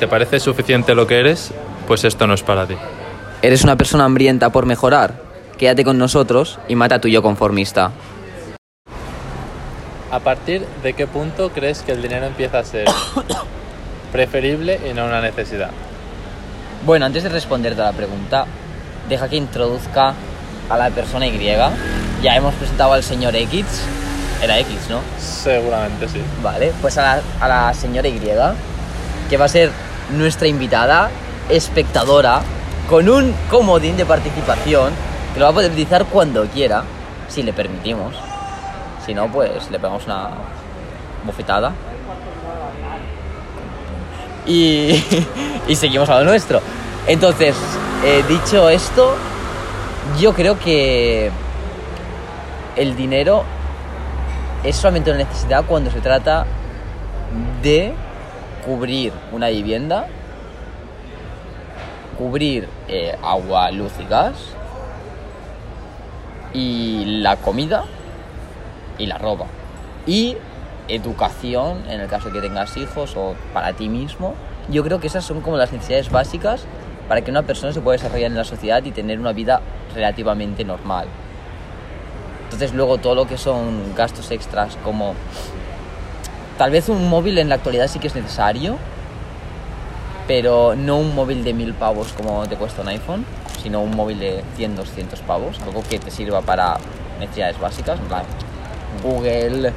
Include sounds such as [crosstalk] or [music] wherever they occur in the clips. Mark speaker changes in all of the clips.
Speaker 1: ¿Te parece suficiente lo que eres? Pues esto no es para ti.
Speaker 2: Eres una persona hambrienta por mejorar. Quédate con nosotros y mata a tu yo conformista.
Speaker 3: ¿A partir de qué punto crees que el dinero empieza a ser preferible y no una necesidad?
Speaker 4: Bueno, antes de responderte a la pregunta, deja que introduzca a la persona Y. Ya hemos presentado al señor X. Era X, ¿no?
Speaker 3: Seguramente sí.
Speaker 4: Vale, pues a la, a la señora Y, que va a ser nuestra invitada, espectadora, con un comodín de participación, que lo va a poder utilizar cuando quiera, si le permitimos. Si no, pues le pegamos una bofetada. Y, [laughs] y seguimos a lo nuestro. Entonces, eh, dicho esto, yo creo que el dinero es solamente una necesidad cuando se trata de cubrir una vivienda, cubrir eh, agua, luz y gas, y la comida y la ropa. Y educación, en el caso de que tengas hijos o para ti mismo. Yo creo que esas son como las necesidades básicas para que una persona se pueda desarrollar en la sociedad y tener una vida relativamente normal. Entonces luego todo lo que son gastos extras como tal vez un móvil en la actualidad sí que es necesario, pero no un móvil de mil pavos como te cuesta un iPhone, sino un móvil de 100, 200 pavos, algo que te sirva para necesidades básicas, en plan Google,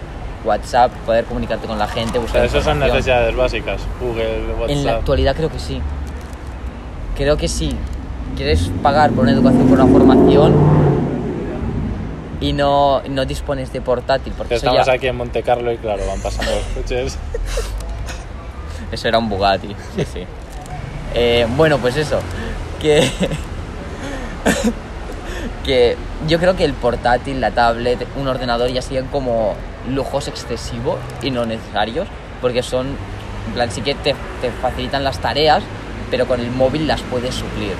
Speaker 4: WhatsApp, poder comunicarte con la gente, buscar...
Speaker 3: Pero esas son
Speaker 4: información.
Speaker 3: necesidades básicas. Google,
Speaker 4: En la
Speaker 3: WhatsApp.
Speaker 4: actualidad creo que sí. Creo que sí. Quieres pagar por una educación, por una formación y no, no dispones de portátil, porque
Speaker 3: Que
Speaker 4: eso,
Speaker 3: estamos
Speaker 4: ya-
Speaker 3: aquí en Monte Carlo y claro, van pasando los
Speaker 4: [laughs]
Speaker 3: coches.
Speaker 4: eso era un Bugatti. Sí, sí. Eh, bueno, pues eso. Que, [laughs] que yo creo que el portátil, la tablet, un ordenador ya serían como lujos excesivos y no necesarios, porque son, en plan, sí que te, te facilitan las tareas, pero con el móvil las puedes suplir.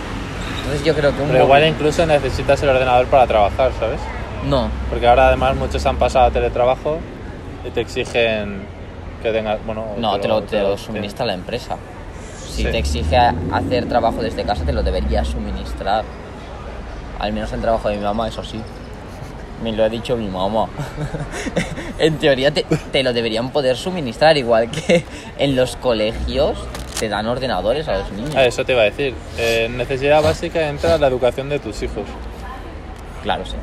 Speaker 4: Entonces yo creo que un
Speaker 3: Pero igual
Speaker 4: móvil-
Speaker 3: incluso necesitas el ordenador para trabajar, ¿sabes?
Speaker 4: No,
Speaker 3: Porque ahora además muchos han pasado a teletrabajo y te exigen que tengas, bueno...
Speaker 4: No, te lo, te lo suministra la empresa.
Speaker 3: Sí.
Speaker 4: Si te exige a- hacer trabajo desde casa, te lo debería suministrar. Al menos el trabajo de mi mamá, eso sí. Me lo ha dicho mi mamá. [laughs] en teoría te, te lo deberían poder suministrar, igual que en los colegios te dan ordenadores a los niños.
Speaker 3: Ah, eso te iba a decir. Eh, necesidad básica entra la educación de tus hijos.
Speaker 4: Claro, sí.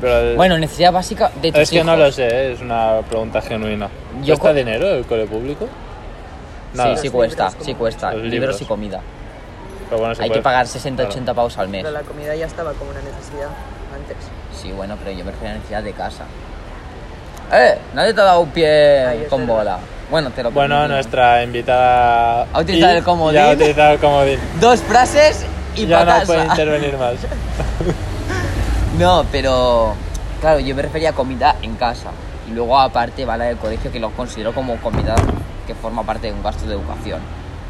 Speaker 3: Pero el-
Speaker 4: Bueno, necesidad básica de tus
Speaker 3: es que no
Speaker 4: hijos.
Speaker 3: lo sé, ¿eh? es una pregunta genuina.
Speaker 4: Yo
Speaker 3: ¿Cuesta
Speaker 4: co-
Speaker 3: dinero el cole público? Nada.
Speaker 4: Sí, sí
Speaker 5: Los
Speaker 4: cuesta,
Speaker 5: libros,
Speaker 4: sí
Speaker 5: como-
Speaker 4: cuesta.
Speaker 3: Los
Speaker 4: Libros.
Speaker 3: libros.
Speaker 4: y comida.
Speaker 3: Pero bueno, se
Speaker 4: Hay
Speaker 3: puede-
Speaker 4: que pagar 60,
Speaker 3: Claro.
Speaker 4: 80 pavos al mes.
Speaker 5: Pero la comida ya estaba como una necesidad antes.
Speaker 4: Sí, bueno, pero yo me refiero a la necesidad de casa. ¡Eh! Nadie te ha dado un pie
Speaker 5: Ay, es
Speaker 4: con
Speaker 5: verdad.
Speaker 4: bola. Bueno, te lo
Speaker 3: Bueno,
Speaker 4: permitimos.
Speaker 3: nuestra invitada...
Speaker 4: Ha utilizado
Speaker 3: Y
Speaker 4: el comodín.
Speaker 3: Ya ha utilizado el comodín.
Speaker 4: Dos frases y
Speaker 3: ya
Speaker 4: pa'
Speaker 3: no
Speaker 4: casa.
Speaker 3: puede intervenir más.
Speaker 4: [laughs] No, pero. Claro, yo me refería a comida en casa. Y luego, aparte, va la del colegio, que lo considero como comida que forma parte de un gasto de educación.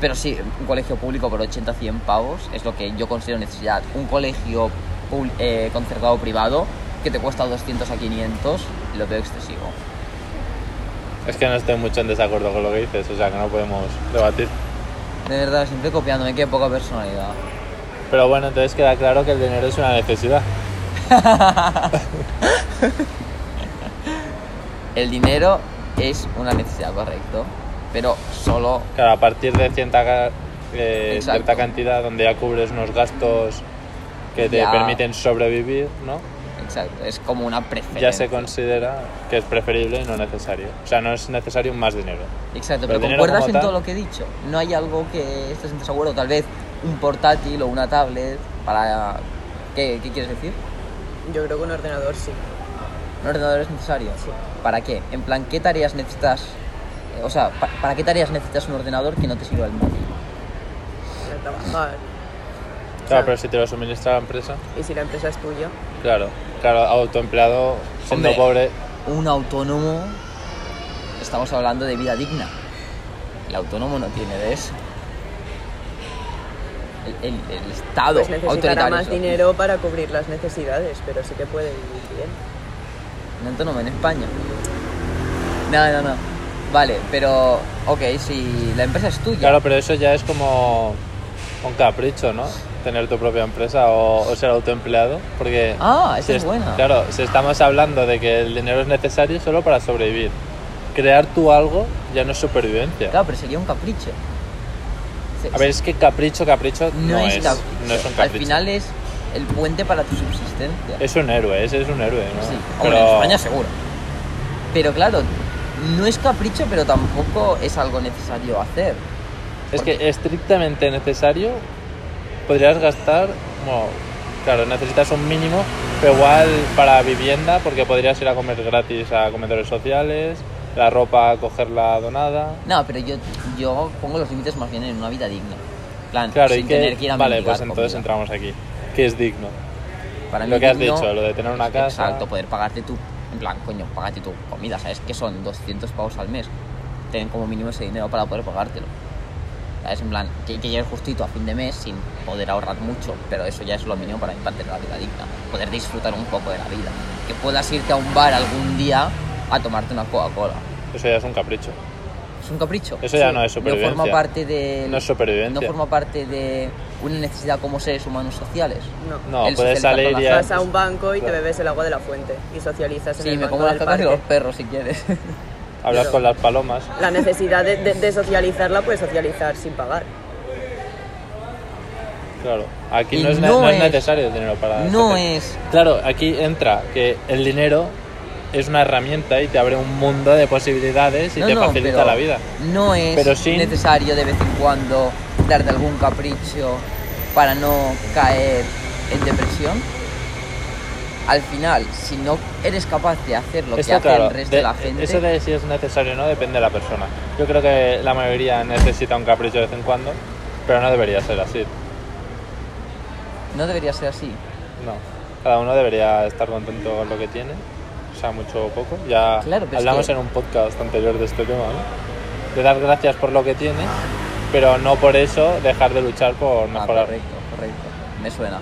Speaker 4: Pero sí, un colegio público por 80 100 pavos es lo que yo considero necesidad. Un colegio pul- eh, concertado privado que te cuesta 200 a 500, lo veo excesivo.
Speaker 3: Es que no estoy mucho en desacuerdo con lo que dices, o sea que no podemos debatir.
Speaker 4: De verdad, siempre copiándome, qué poca personalidad.
Speaker 3: Pero bueno, entonces queda claro que el dinero es una necesidad.
Speaker 4: El dinero es una necesidad, correcto. Pero solo.
Speaker 3: Claro, a partir de cierta, ca- eh,
Speaker 4: Exacto.
Speaker 3: cierta cantidad donde ya cubres unos gastos que te
Speaker 4: Ya.
Speaker 3: permiten sobrevivir, ¿no?
Speaker 4: Exacto, es como una preferencia.
Speaker 3: Ya se considera que es preferible y no necesario. O sea, no es necesario más dinero.
Speaker 4: Exacto,
Speaker 3: Pero
Speaker 4: pero,
Speaker 3: el dinero
Speaker 4: concuerdas
Speaker 3: como
Speaker 4: en
Speaker 3: tal-
Speaker 4: todo lo que he dicho. No hay algo que estés en desacuerdo. Tal vez un portátil o una tablet para. ¿Qué, qué quieres decir?
Speaker 5: Yo creo que un ordenador sí.
Speaker 4: ¿Un ordenador es necesario?
Speaker 5: Sí.
Speaker 4: ¿Para qué? En plan, ¿qué tareas necesitas? Eh, O sea, pa- ¿para qué tareas necesitas un ordenador que no te sirva el móvil?
Speaker 5: Para trabajar.
Speaker 3: Claro,
Speaker 5: Claro.
Speaker 3: pero si te lo suministra la empresa,
Speaker 5: Y si la empresa es tuya,
Speaker 3: claro. Claro, autoempleado, siendo
Speaker 4: Hombre.
Speaker 3: pobre,
Speaker 4: un autónomo, estamos hablando de vida digna. El autónomo no tiene de eso. El, el- el Estado
Speaker 5: pues necesitará
Speaker 4: autoritario.
Speaker 5: más dinero para cubrir las necesidades, pero sí que puede vivir bien.
Speaker 4: Un autónomo en España. No, no, no. Vale, pero, ok, si la empresa es tuya.
Speaker 3: Claro, pero eso ya es como un capricho, ¿no? Tener tu propia empresa o, o ser autoempleado, porque...
Speaker 4: Ah, esa
Speaker 3: se
Speaker 4: es buena.
Speaker 3: Claro, si estamos hablando de que el dinero es necesario solo para sobrevivir, crear tú algo ya no es supervivencia.
Speaker 4: Claro, pero sería un capricho. Se-
Speaker 3: A ver, es que capricho, capricho no, es,
Speaker 4: capricho.
Speaker 3: no es un
Speaker 4: Al
Speaker 3: capricho.
Speaker 4: final es el puente para tu subsistencia.
Speaker 3: Es un héroe, ese es un héroe, ¿no?
Speaker 4: Sí,
Speaker 3: Pero-
Speaker 4: hombre, en España seguro. Pero claro, no es capricho, pero tampoco es algo necesario hacer.
Speaker 3: Es que estrictamente necesario podrías gastar, bueno, claro, necesitas un mínimo, pero igual para vivienda, porque podrías ir a comer gratis a comedores sociales, la ropa cogerla donada.
Speaker 4: No, pero yo, yo pongo los límites más bien en una vida digna. En plan,
Speaker 3: Claro,
Speaker 4: sin
Speaker 3: y que.
Speaker 4: tener que ir a
Speaker 3: vale,
Speaker 4: mendigar
Speaker 3: pues entonces
Speaker 4: comida.
Speaker 3: entramos aquí. Que es digno.
Speaker 4: Para
Speaker 3: lo
Speaker 4: mí
Speaker 3: que has
Speaker 4: digno-
Speaker 3: dicho, lo de tener una casa.
Speaker 4: Exacto, poder pagarte tu. En plan, coño, pagarte tu comida, ¿sabes? Que son 200 pavos al mes. Ten como mínimo ese dinero para poder pagártelo. ¿Sabes? En plan, que, que llegues justito a fin de mes sin poder ahorrar mucho, pero eso ya es lo mínimo para, para tener la vida digna. Poder disfrutar un poco de la vida. Que puedas irte a un bar algún día a tomarte una Coca-Cola.
Speaker 3: Eso ya es un capricho.
Speaker 4: Es un capricho.
Speaker 3: Eso ya no es supervivencia.
Speaker 4: No forma parte de.
Speaker 3: No es supervivencia.
Speaker 4: No forma parte de una necesidad como seres humanos sociales.
Speaker 5: No.
Speaker 3: No,
Speaker 4: El
Speaker 3: puedes
Speaker 4: socializar
Speaker 3: salir
Speaker 4: con
Speaker 3: y.
Speaker 4: la
Speaker 5: Vas a un banco y te
Speaker 3: Claro.
Speaker 5: bebes el agua de la fuente y socializas en
Speaker 4: Sí,
Speaker 5: el
Speaker 4: me
Speaker 5: banco
Speaker 4: como las
Speaker 5: del
Speaker 4: cacas de los
Speaker 5: parque.
Speaker 4: perros si quieres. [laughs]
Speaker 3: Hablas con las palomas.
Speaker 5: La necesidad de, de- de socializar la puedes socializar sin pagar.
Speaker 3: Claro. Aquí
Speaker 4: Y
Speaker 3: no es, ne-
Speaker 4: no
Speaker 3: no es
Speaker 4: es-
Speaker 3: necesario el dinero para.
Speaker 4: no
Speaker 3: hacer-
Speaker 4: es
Speaker 3: Claro, aquí entra que el dinero es una herramienta y te abre un mundo de posibilidades y
Speaker 4: No,
Speaker 3: te
Speaker 4: no,
Speaker 3: facilita
Speaker 4: pero
Speaker 3: la vida.
Speaker 4: No es
Speaker 3: Pero sin-
Speaker 4: necesario de vez en cuando darte algún capricho para no caer en depresión. Al final, si no eres capaz de hacer lo que
Speaker 3: Está
Speaker 4: hace
Speaker 3: claro,
Speaker 4: el resto de,
Speaker 3: de-
Speaker 4: la gente,
Speaker 3: Eso de si es necesario o no depende de la persona. Yo creo que la mayoría necesita un capricho de vez en cuando, pero no debería ser así.
Speaker 4: no debería ser así.
Speaker 3: No. Cada uno debería estar contento con lo que tiene, o sea, mucho o poco. Ya
Speaker 4: Claro, pero es
Speaker 3: hablamos
Speaker 4: que-
Speaker 3: en un podcast anterior de este tema, ¿no? De dar gracias por lo que tienes, pero no por eso dejar de luchar por
Speaker 4: Ah,
Speaker 3: mejorar.
Speaker 4: correcto, correcto. Me suena.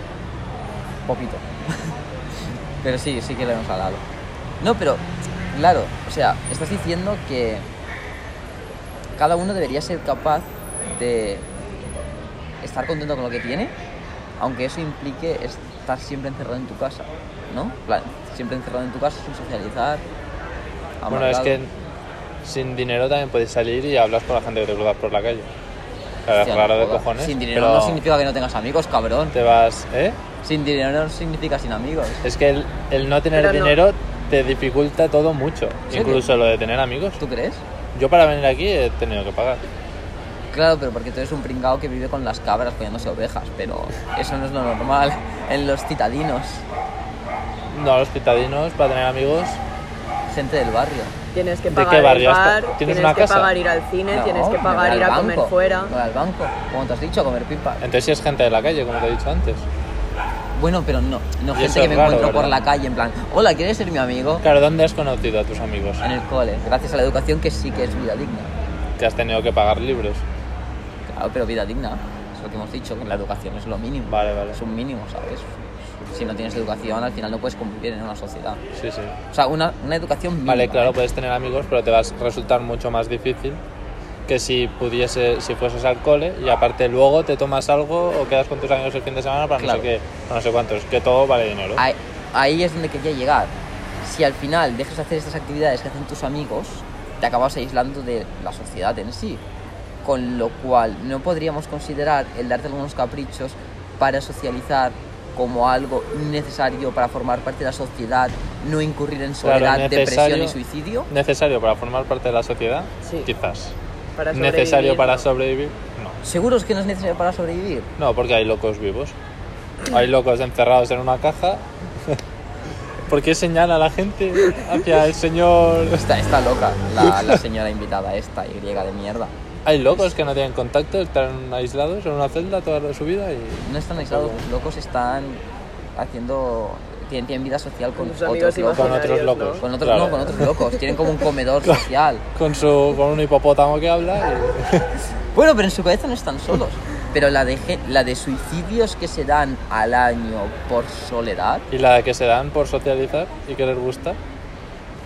Speaker 4: Poquito. [laughs] pero sí, sí que lo hemos hablado. No, pero, claro, o sea, estás diciendo que cada uno debería ser capaz de estar contento con lo que tiene, aunque eso implique estar siempre encerrado en tu casa, ¿no? En plan, siempre encerrado en tu casa sin socializar.
Speaker 3: Bueno, es
Speaker 4: amargado.
Speaker 3: que sin dinero también puedes salir y hablas con la gente que te cruzas por la calle. Claro,
Speaker 4: Hostia,
Speaker 3: es
Speaker 4: no
Speaker 3: raro de
Speaker 4: jodas.
Speaker 3: cojones.
Speaker 4: Sin dinero
Speaker 3: pero
Speaker 4: no significa que no tengas amigos, cabrón.
Speaker 3: Te vas, ¿eh?
Speaker 4: Sin dinero no significa sin amigos.
Speaker 3: Es que el, el no tener
Speaker 5: Pero no.
Speaker 3: dinero te dificulta todo mucho.
Speaker 4: serio?
Speaker 3: Incluso lo de tener amigos.
Speaker 4: ¿Tú crees?
Speaker 3: Yo para venir aquí he tenido que pagar.
Speaker 4: Claro, pero porque tú eres un pringao que vive con las cabras poniéndose ovejas, pero eso no es lo normal en los citadinos,
Speaker 3: No, los citadinos para tener amigos.
Speaker 4: gente del barrio.
Speaker 5: Tienes que
Speaker 3: ¿De
Speaker 5: pagar
Speaker 3: qué
Speaker 5: el
Speaker 3: barrio has
Speaker 5: bar,
Speaker 3: pa- tienes
Speaker 5: tienes,
Speaker 3: una
Speaker 5: que
Speaker 3: casa?
Speaker 5: pagar ir al cine,
Speaker 4: No,
Speaker 5: tienes que
Speaker 4: me
Speaker 5: pagar
Speaker 4: voy
Speaker 5: ir
Speaker 4: al
Speaker 5: a comer
Speaker 4: banco,
Speaker 5: fuera.
Speaker 4: me voy al banco, como te has dicho, a comer pipa.
Speaker 3: Entonces sí es gente de la calle, como te he dicho antes.
Speaker 4: Bueno, pero no, no
Speaker 3: Y eso
Speaker 4: gente que
Speaker 3: es
Speaker 4: me
Speaker 3: raro,
Speaker 4: encuentro por
Speaker 3: ¿verdad?
Speaker 4: la calle en plan, hola, ¿quieres ser mi amigo?
Speaker 3: Claro, ¿dónde has conocido a tus amigos?
Speaker 4: En el cole, gracias a la educación que sí que es vida digna.
Speaker 3: Que has tenido que pagar libros.
Speaker 4: Claro, pero vida digna, es lo que hemos dicho, que la educación es lo mínimo.
Speaker 3: Vale, vale.
Speaker 4: Es un mínimo, ¿sabes? Si no tienes educación, al final no puedes convivir en una sociedad.
Speaker 3: Sí, sí.
Speaker 4: O sea, una, una educación mínima.
Speaker 3: Vale, claro,
Speaker 4: ¿eh?
Speaker 3: puedes tener amigos, pero te va a resultar mucho más difícil que si pudiese, si fueses al cole y aparte luego te tomas algo o quedas con tus amigos el fin de semana para
Speaker 4: Claro.
Speaker 3: no sé qué, para no sé cuántos, que todo vale dinero.
Speaker 5: Ah.
Speaker 4: ahí, ahí es donde quería llegar. Si al final dejas de hacer estas actividades que hacen tus amigos, te acabas aislando de la sociedad en sí. Con lo cual, no podríamos considerar el darte algunos caprichos para socializar como algo necesario para formar parte de la sociedad, no incurrir en
Speaker 3: Claro,
Speaker 4: soledad, depresión
Speaker 3: necesario.
Speaker 4: y suicidio.
Speaker 3: ¿Necesario para formar parte de la sociedad?
Speaker 5: Sí.
Speaker 3: Quizás.
Speaker 5: Para sobrevivir,
Speaker 3: ¿Necesario para
Speaker 5: no.
Speaker 3: sobrevivir? No.
Speaker 4: ¿Seguros que no es necesario para sobrevivir?
Speaker 3: No, porque hay locos vivos. Hay locos encerrados en una caja. [laughs] ¿Por qué señala a la gente hacia el señor?
Speaker 4: Está, está loca la, la señora invitada esta, Y de mierda.
Speaker 3: Hay locos que no tienen contacto, están aislados en una celda toda su vida y...
Speaker 4: No están aislados, los locos están haciendo. Tienen, tienen vida social con,
Speaker 5: Con sus
Speaker 4: otros
Speaker 5: amigos
Speaker 3: Con
Speaker 4: locos.
Speaker 3: otros
Speaker 5: Imaginarios,
Speaker 3: locos.
Speaker 5: ¿no?
Speaker 4: Con otros,
Speaker 3: Claro.
Speaker 4: no, con otros locos. Tienen como un comedor social.
Speaker 3: Con, su, con un hipopótamo que habla y...
Speaker 4: Bueno, pero en su cabeza no están solos. Pero la de, gen- la de suicidios que se dan al año por soledad,
Speaker 3: Y la que se dan por socializar y que les gusta.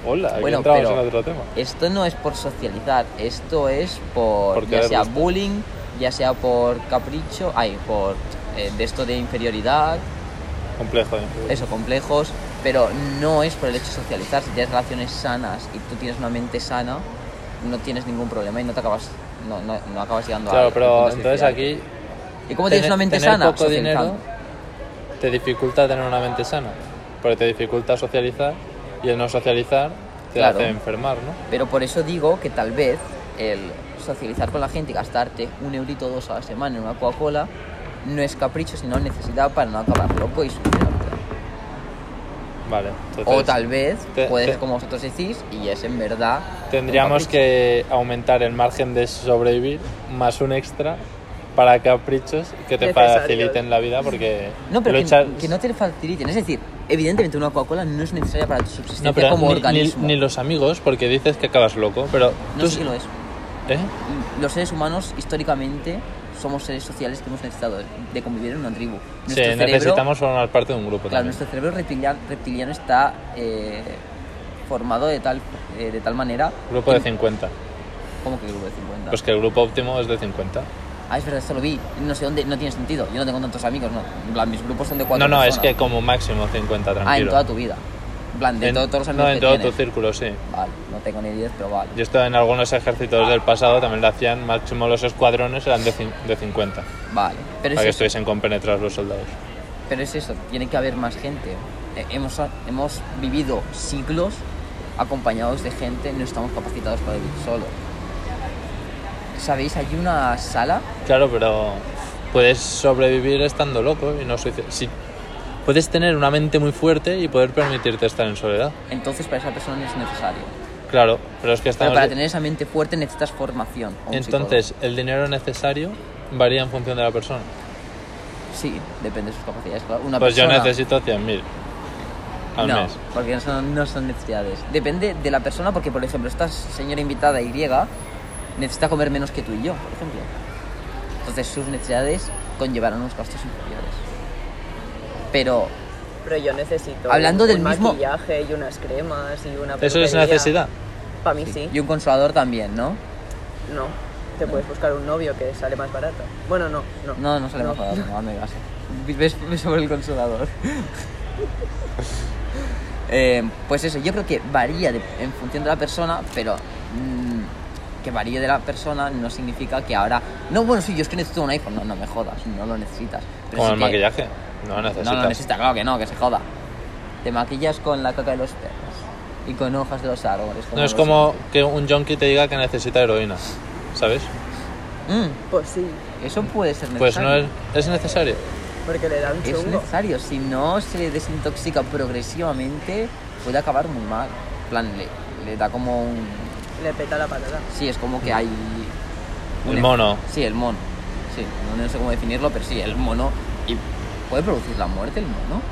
Speaker 3: Hola, aquí
Speaker 4: Bueno,
Speaker 3: entramos
Speaker 4: pero-
Speaker 3: en otro tema.
Speaker 4: Esto no es por socializar, esto es por,
Speaker 3: Por
Speaker 4: ya
Speaker 3: querer
Speaker 4: sea
Speaker 3: gustar.
Speaker 4: bullying, ya sea por capricho, ay, por eh, de esto de inferioridad,
Speaker 3: Complejo. ¿eh? de influir.
Speaker 4: eso, complejos, pero no es por el hecho de socializar. Si tienes relaciones sanas y tú tienes una mente sana, no tienes ningún problema y no te acabas, no, no, no acabas llegando
Speaker 3: Claro,
Speaker 4: al- al
Speaker 3: pero
Speaker 4: punto
Speaker 3: entonces
Speaker 4: social.
Speaker 3: aquí
Speaker 4: ¿Y cómo tienes
Speaker 3: Tener-
Speaker 4: una mente
Speaker 3: tener
Speaker 4: sana?
Speaker 3: poco dinero
Speaker 4: Socializando.
Speaker 3: te dificulta tener una mente sana, porque te dificulta socializar y el no socializar te
Speaker 4: Claro.
Speaker 3: hace enfermar, ¿no?
Speaker 4: Pero por eso digo que tal vez el socializar con la gente y gastarte un eurito o dos a la semana en una Coca-Cola no es capricho, sino necesidad para no acabar loco y suicidarte.
Speaker 3: Vale. Entonces,
Speaker 4: O tal vez
Speaker 3: te-
Speaker 4: puedes,
Speaker 3: te-
Speaker 4: como vosotros decís, y es en verdad. un
Speaker 3: Tendríamos
Speaker 4: capricho.
Speaker 3: que aumentar el margen de sobrevivir más un extra para caprichos que te
Speaker 5: Necesarios.
Speaker 3: faciliten la vida porque
Speaker 4: No, pero que,
Speaker 3: luchar-
Speaker 4: que no te faciliten. Es decir, evidentemente una Coca-Cola no es necesaria para tu subsistencia
Speaker 3: No, pero
Speaker 4: como
Speaker 3: ni- ni,
Speaker 4: organismo.
Speaker 3: ni los amigos porque dices que acabas loco, pero
Speaker 4: No
Speaker 3: tú
Speaker 4: sé si lo es.
Speaker 3: ¿Eh?
Speaker 4: Los seres humanos, históricamente, somos seres sociales que hemos necesitado de convivir en una tribu.
Speaker 3: Sí,
Speaker 4: Nuestro cerebro-
Speaker 3: necesitamos formar parte de un grupo
Speaker 4: Claro,
Speaker 3: también.
Speaker 4: nuestro cerebro reptiliano, reptiliano está eh, formado de tal, eh, de tal manera.
Speaker 3: Grupo de
Speaker 4: que-
Speaker 3: 50.
Speaker 4: ¿Cómo que grupo de 50?
Speaker 3: Pues que el grupo óptimo es de 50.
Speaker 4: Ah, es verdad, esto lo vi. No sé dónde, no tiene sentido. Yo no tengo tantos amigos, no. En plan, mis grupos son de cuatro
Speaker 3: No, no, es que
Speaker 4: personas.
Speaker 3: como máximo 50, tranquilo.
Speaker 4: Ah, en toda tu vida. En plan, de
Speaker 3: En-
Speaker 4: todo- todos los amigos
Speaker 3: No, en
Speaker 4: que
Speaker 3: todo
Speaker 4: tienes.
Speaker 3: tu círculo, sí.
Speaker 4: Vale, no tengo ni 10, pero vale.
Speaker 3: Yo estaba en algunos ejércitos del pasado, también lo hacían, máximo los escuadrones eran de, cin- de 50,
Speaker 4: Vale.
Speaker 3: para
Speaker 4: Pero es,
Speaker 3: que
Speaker 4: eso,
Speaker 3: estuviesen compenetrados los soldados.
Speaker 4: pero es eso, tiene que haber más gente. Eh, Hemos, hemos vivido siglos acompañados de gente, no estamos capacitados para vivir solos. ¿Sabéis? Hay una sala
Speaker 3: Claro, pero puedes sobrevivir estando loco y no suicidar. puedes tener una mente muy fuerte y poder permitirte estar en soledad.
Speaker 4: entonces para esa persona no es necesario.
Speaker 3: Claro, pero es que
Speaker 4: Pero
Speaker 3: estamos...
Speaker 4: para tener esa mente fuerte necesitas formación. o un
Speaker 3: Entonces, el dinero necesario varía en función de la persona.
Speaker 4: psicólogo. Sí, depende de sus capacidades. claro. Una
Speaker 3: pues
Speaker 4: persona...
Speaker 3: yo necesito 100.000 al
Speaker 4: no,
Speaker 3: mes.
Speaker 4: porque no son, no son necesidades. Depende de la persona, porque por ejemplo, esta señora invitada Y necesita comer menos que tú y yo, por ejemplo. Entonces sus necesidades conllevarán unos gastos inferiores. Pero
Speaker 5: Pero yo necesito
Speaker 4: Hablando
Speaker 5: un,
Speaker 4: del
Speaker 5: un
Speaker 4: mismo-
Speaker 5: maquillaje y unas cremas y una
Speaker 3: Eso es necesidad.
Speaker 5: Para mí sí.
Speaker 4: y un consolador también, ¿no?
Speaker 5: No. Te puedes buscar un novio que sale más barato. Bueno, no, no.
Speaker 4: No, no sale más barato, no, hazme caso. Ves, ves sobre el consolador. [laughs] Eh, pues eso, yo creo que varía de- en función de la persona, pero mm, que varíe de la persona no significa que ahora. No, bueno, sí, yo es que necesito un iPhone. No, no me jodas, no lo necesitas. Pero
Speaker 3: Como
Speaker 4: sí
Speaker 3: el
Speaker 4: que-
Speaker 3: maquillaje. No
Speaker 4: No
Speaker 3: necesitas.
Speaker 4: lo necesitas, claro que no, que se joda. Te maquillas con la caca de los perros y con hojas de los árboles.
Speaker 3: No es
Speaker 4: los-
Speaker 3: como que un junkie te diga que necesita heroína, ¿sabes?
Speaker 4: Mm,
Speaker 5: Pues sí,
Speaker 4: eso puede ser necesario.
Speaker 3: Pues no es, es necesario.
Speaker 5: porque le da un
Speaker 4: Es
Speaker 5: chungo.
Speaker 4: necesario, si no se desintoxica progresivamente, puede acabar muy mal. En plan, le, le da como un.
Speaker 5: Le peta la patata.
Speaker 4: Sí, es como que hay. em-
Speaker 3: El mono.
Speaker 4: Sí, el mono. Sí, no, no sé cómo definirlo, pero sí, el mono. Y puede producir la muerte el mono.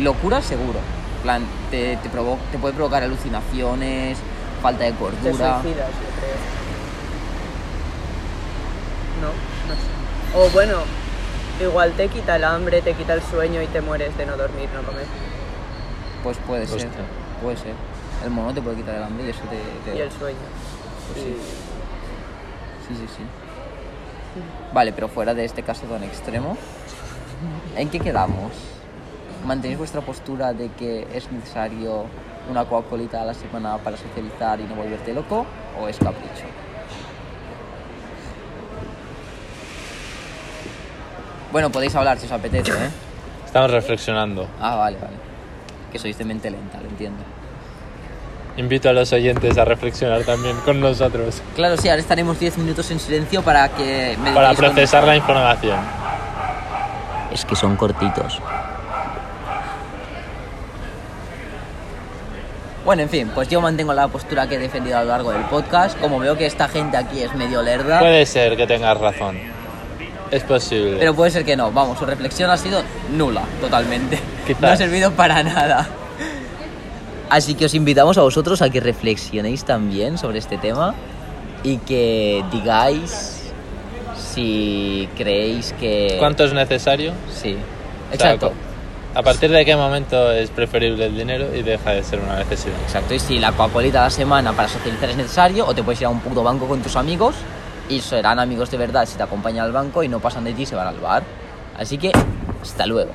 Speaker 4: Locura, seguro. En plan, te, te, provo- te puede provocar alucinaciones, falta de
Speaker 5: Te
Speaker 4: cordura.
Speaker 5: suicidas, yo creo. No, no sé. O bueno, igual te quita el hambre, te quita el sueño y te mueres de no dormir, no comer.
Speaker 4: Pues puede ser.
Speaker 3: Hostia.
Speaker 4: Puede ser. El mono te puede quitar el hambre y eso te. te-
Speaker 5: Y el sueño.
Speaker 4: pues sí.
Speaker 5: Y-
Speaker 4: Sí, sí, sí. Vale, pero fuera de este caso tan extremo, ¿en qué quedamos? ¿Mantenéis vuestra postura de que es necesario una Coca-Colita a la semana para socializar y no volverte loco? ¿O es capricho? Bueno, podéis hablar si os apetece, ¿eh?
Speaker 3: Estamos reflexionando.
Speaker 4: Ah, vale, vale. Que sois de mente lenta, lo entiendo.
Speaker 3: Invito a los oyentes a reflexionar también con nosotros
Speaker 4: Claro, sí, ahora estaremos 10 minutos en silencio para que... me
Speaker 3: para
Speaker 4: digáis con-
Speaker 3: procesar la información.
Speaker 4: Es que son cortitos. Bueno, en fin, pues yo mantengo la postura que he defendido a lo largo del podcast. Como veo que esta gente aquí es medio lerda,
Speaker 3: Puede ser que tengas razón. Es posible.
Speaker 4: pero puede ser que no. Vamos, su reflexión ha sido nula, totalmente.
Speaker 3: Quizás.
Speaker 4: No ha servido para nada. Así que os invitamos a vosotros a que reflexionéis también sobre este tema y que digáis si creéis que...
Speaker 3: ¿Cuánto es necesario?
Speaker 4: Sí,
Speaker 3: O sea,
Speaker 4: exacto.
Speaker 3: co- ¿A partir de qué momento es preferible el dinero y deja de ser una necesidad?
Speaker 4: Exacto, y si la coapolita a la semana para socializar es necesario, o te puedes ir a un puto banco con tus amigos y serán amigos de verdad si te acompañan al banco y no pasan de ti y se van al bar. Así que, hasta luego.